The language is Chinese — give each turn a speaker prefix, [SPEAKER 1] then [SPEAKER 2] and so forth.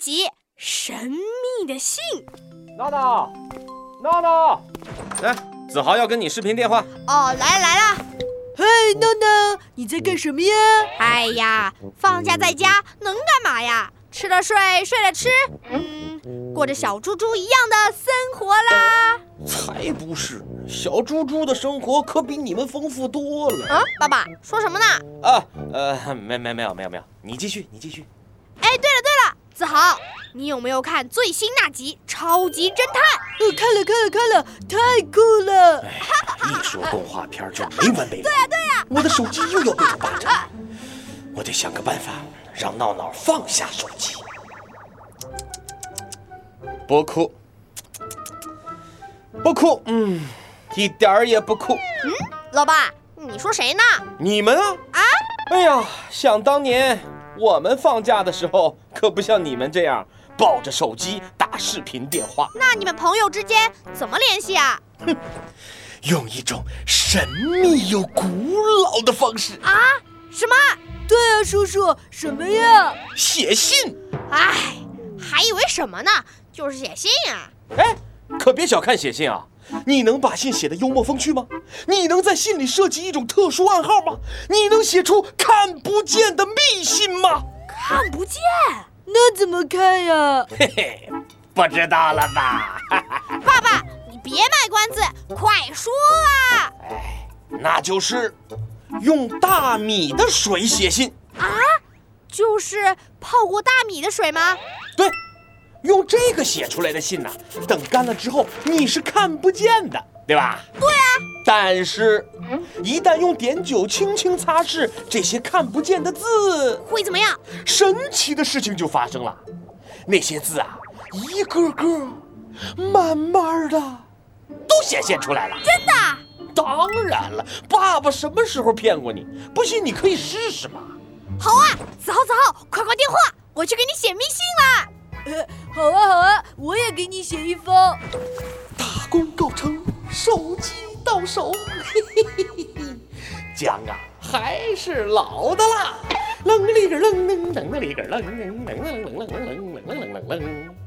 [SPEAKER 1] 集《神秘的信》。
[SPEAKER 2] 闹闹，闹闹，
[SPEAKER 3] 哎，子豪要跟你视频电话。
[SPEAKER 1] 哦，来了来了！
[SPEAKER 4] 嘿，闹闹，你在干什么呀？
[SPEAKER 1] 哎呀，放假在家能干嘛呀？吃了睡，睡了吃，嗯，过着小猪猪一样的生活啦。
[SPEAKER 5] 才不是，小猪猪的生活可比你们丰富多了
[SPEAKER 1] 啊，爸爸说什么呢？
[SPEAKER 3] 啊，呃，没没没有没有没有，你继续你继续。
[SPEAKER 1] 哎，对了对了，子豪，你有没有看最新那集《超级侦探》？
[SPEAKER 4] 呃，看了看了看了，太酷了！
[SPEAKER 5] 哎，一说动画片就没完没了。对呀、对呀、我的手机又要被我霸占，我得想个办法让闹闹放下手机。
[SPEAKER 3] 不酷，不酷，嗯，一点儿也不酷。
[SPEAKER 1] 老爸，你说谁呢？
[SPEAKER 3] 你们啊啊！哎呀，想当年我们放假的时候，可不像你们这样抱着手机打视频电话，
[SPEAKER 1] 那你们朋友之间怎么联系啊？
[SPEAKER 5] 用一种神秘又古老的方式
[SPEAKER 1] 什么？
[SPEAKER 4] 对啊，叔叔，什么呀？
[SPEAKER 5] 写信。
[SPEAKER 1] 哎，还以为什么呢？就是写信啊。
[SPEAKER 5] 哎
[SPEAKER 3] 可别小看写信啊！
[SPEAKER 5] 你能把信写得幽默风趣吗？你能在信里设计一种特殊暗号吗？你能写出看不见的密信吗？
[SPEAKER 1] 看不见，
[SPEAKER 4] 那怎么看呀？
[SPEAKER 3] 嘿嘿，不知道了吧？
[SPEAKER 1] 爸爸，你别卖关子，快说啊！
[SPEAKER 5] 那就是用大米的水写信，
[SPEAKER 1] 就是泡过大米的水吗？
[SPEAKER 5] 对，用这个写出来的信呢、等干了之后你是看不见的，对吧？对啊。但是，一旦用碘酒轻轻擦拭这些看不见的字，
[SPEAKER 1] 会怎么样？
[SPEAKER 5] 神奇的事情就发生了，那些字啊，一个个慢慢的都显现出来了。真的？当然了，爸爸什么时候骗过你？不信你可以试试嘛。
[SPEAKER 1] 好啊，子豪子豪，快挂电话，我去给你写密信啦！
[SPEAKER 4] 呃，好啊好啊，我也给你写一封。
[SPEAKER 5] 大功告成，手机到 手，嘿嘿嘿嘿嘿，姜啊，还是老的辣，楞个里个楞楞楞个里个楞楞楞楞楞楞楞楞楞楞楞。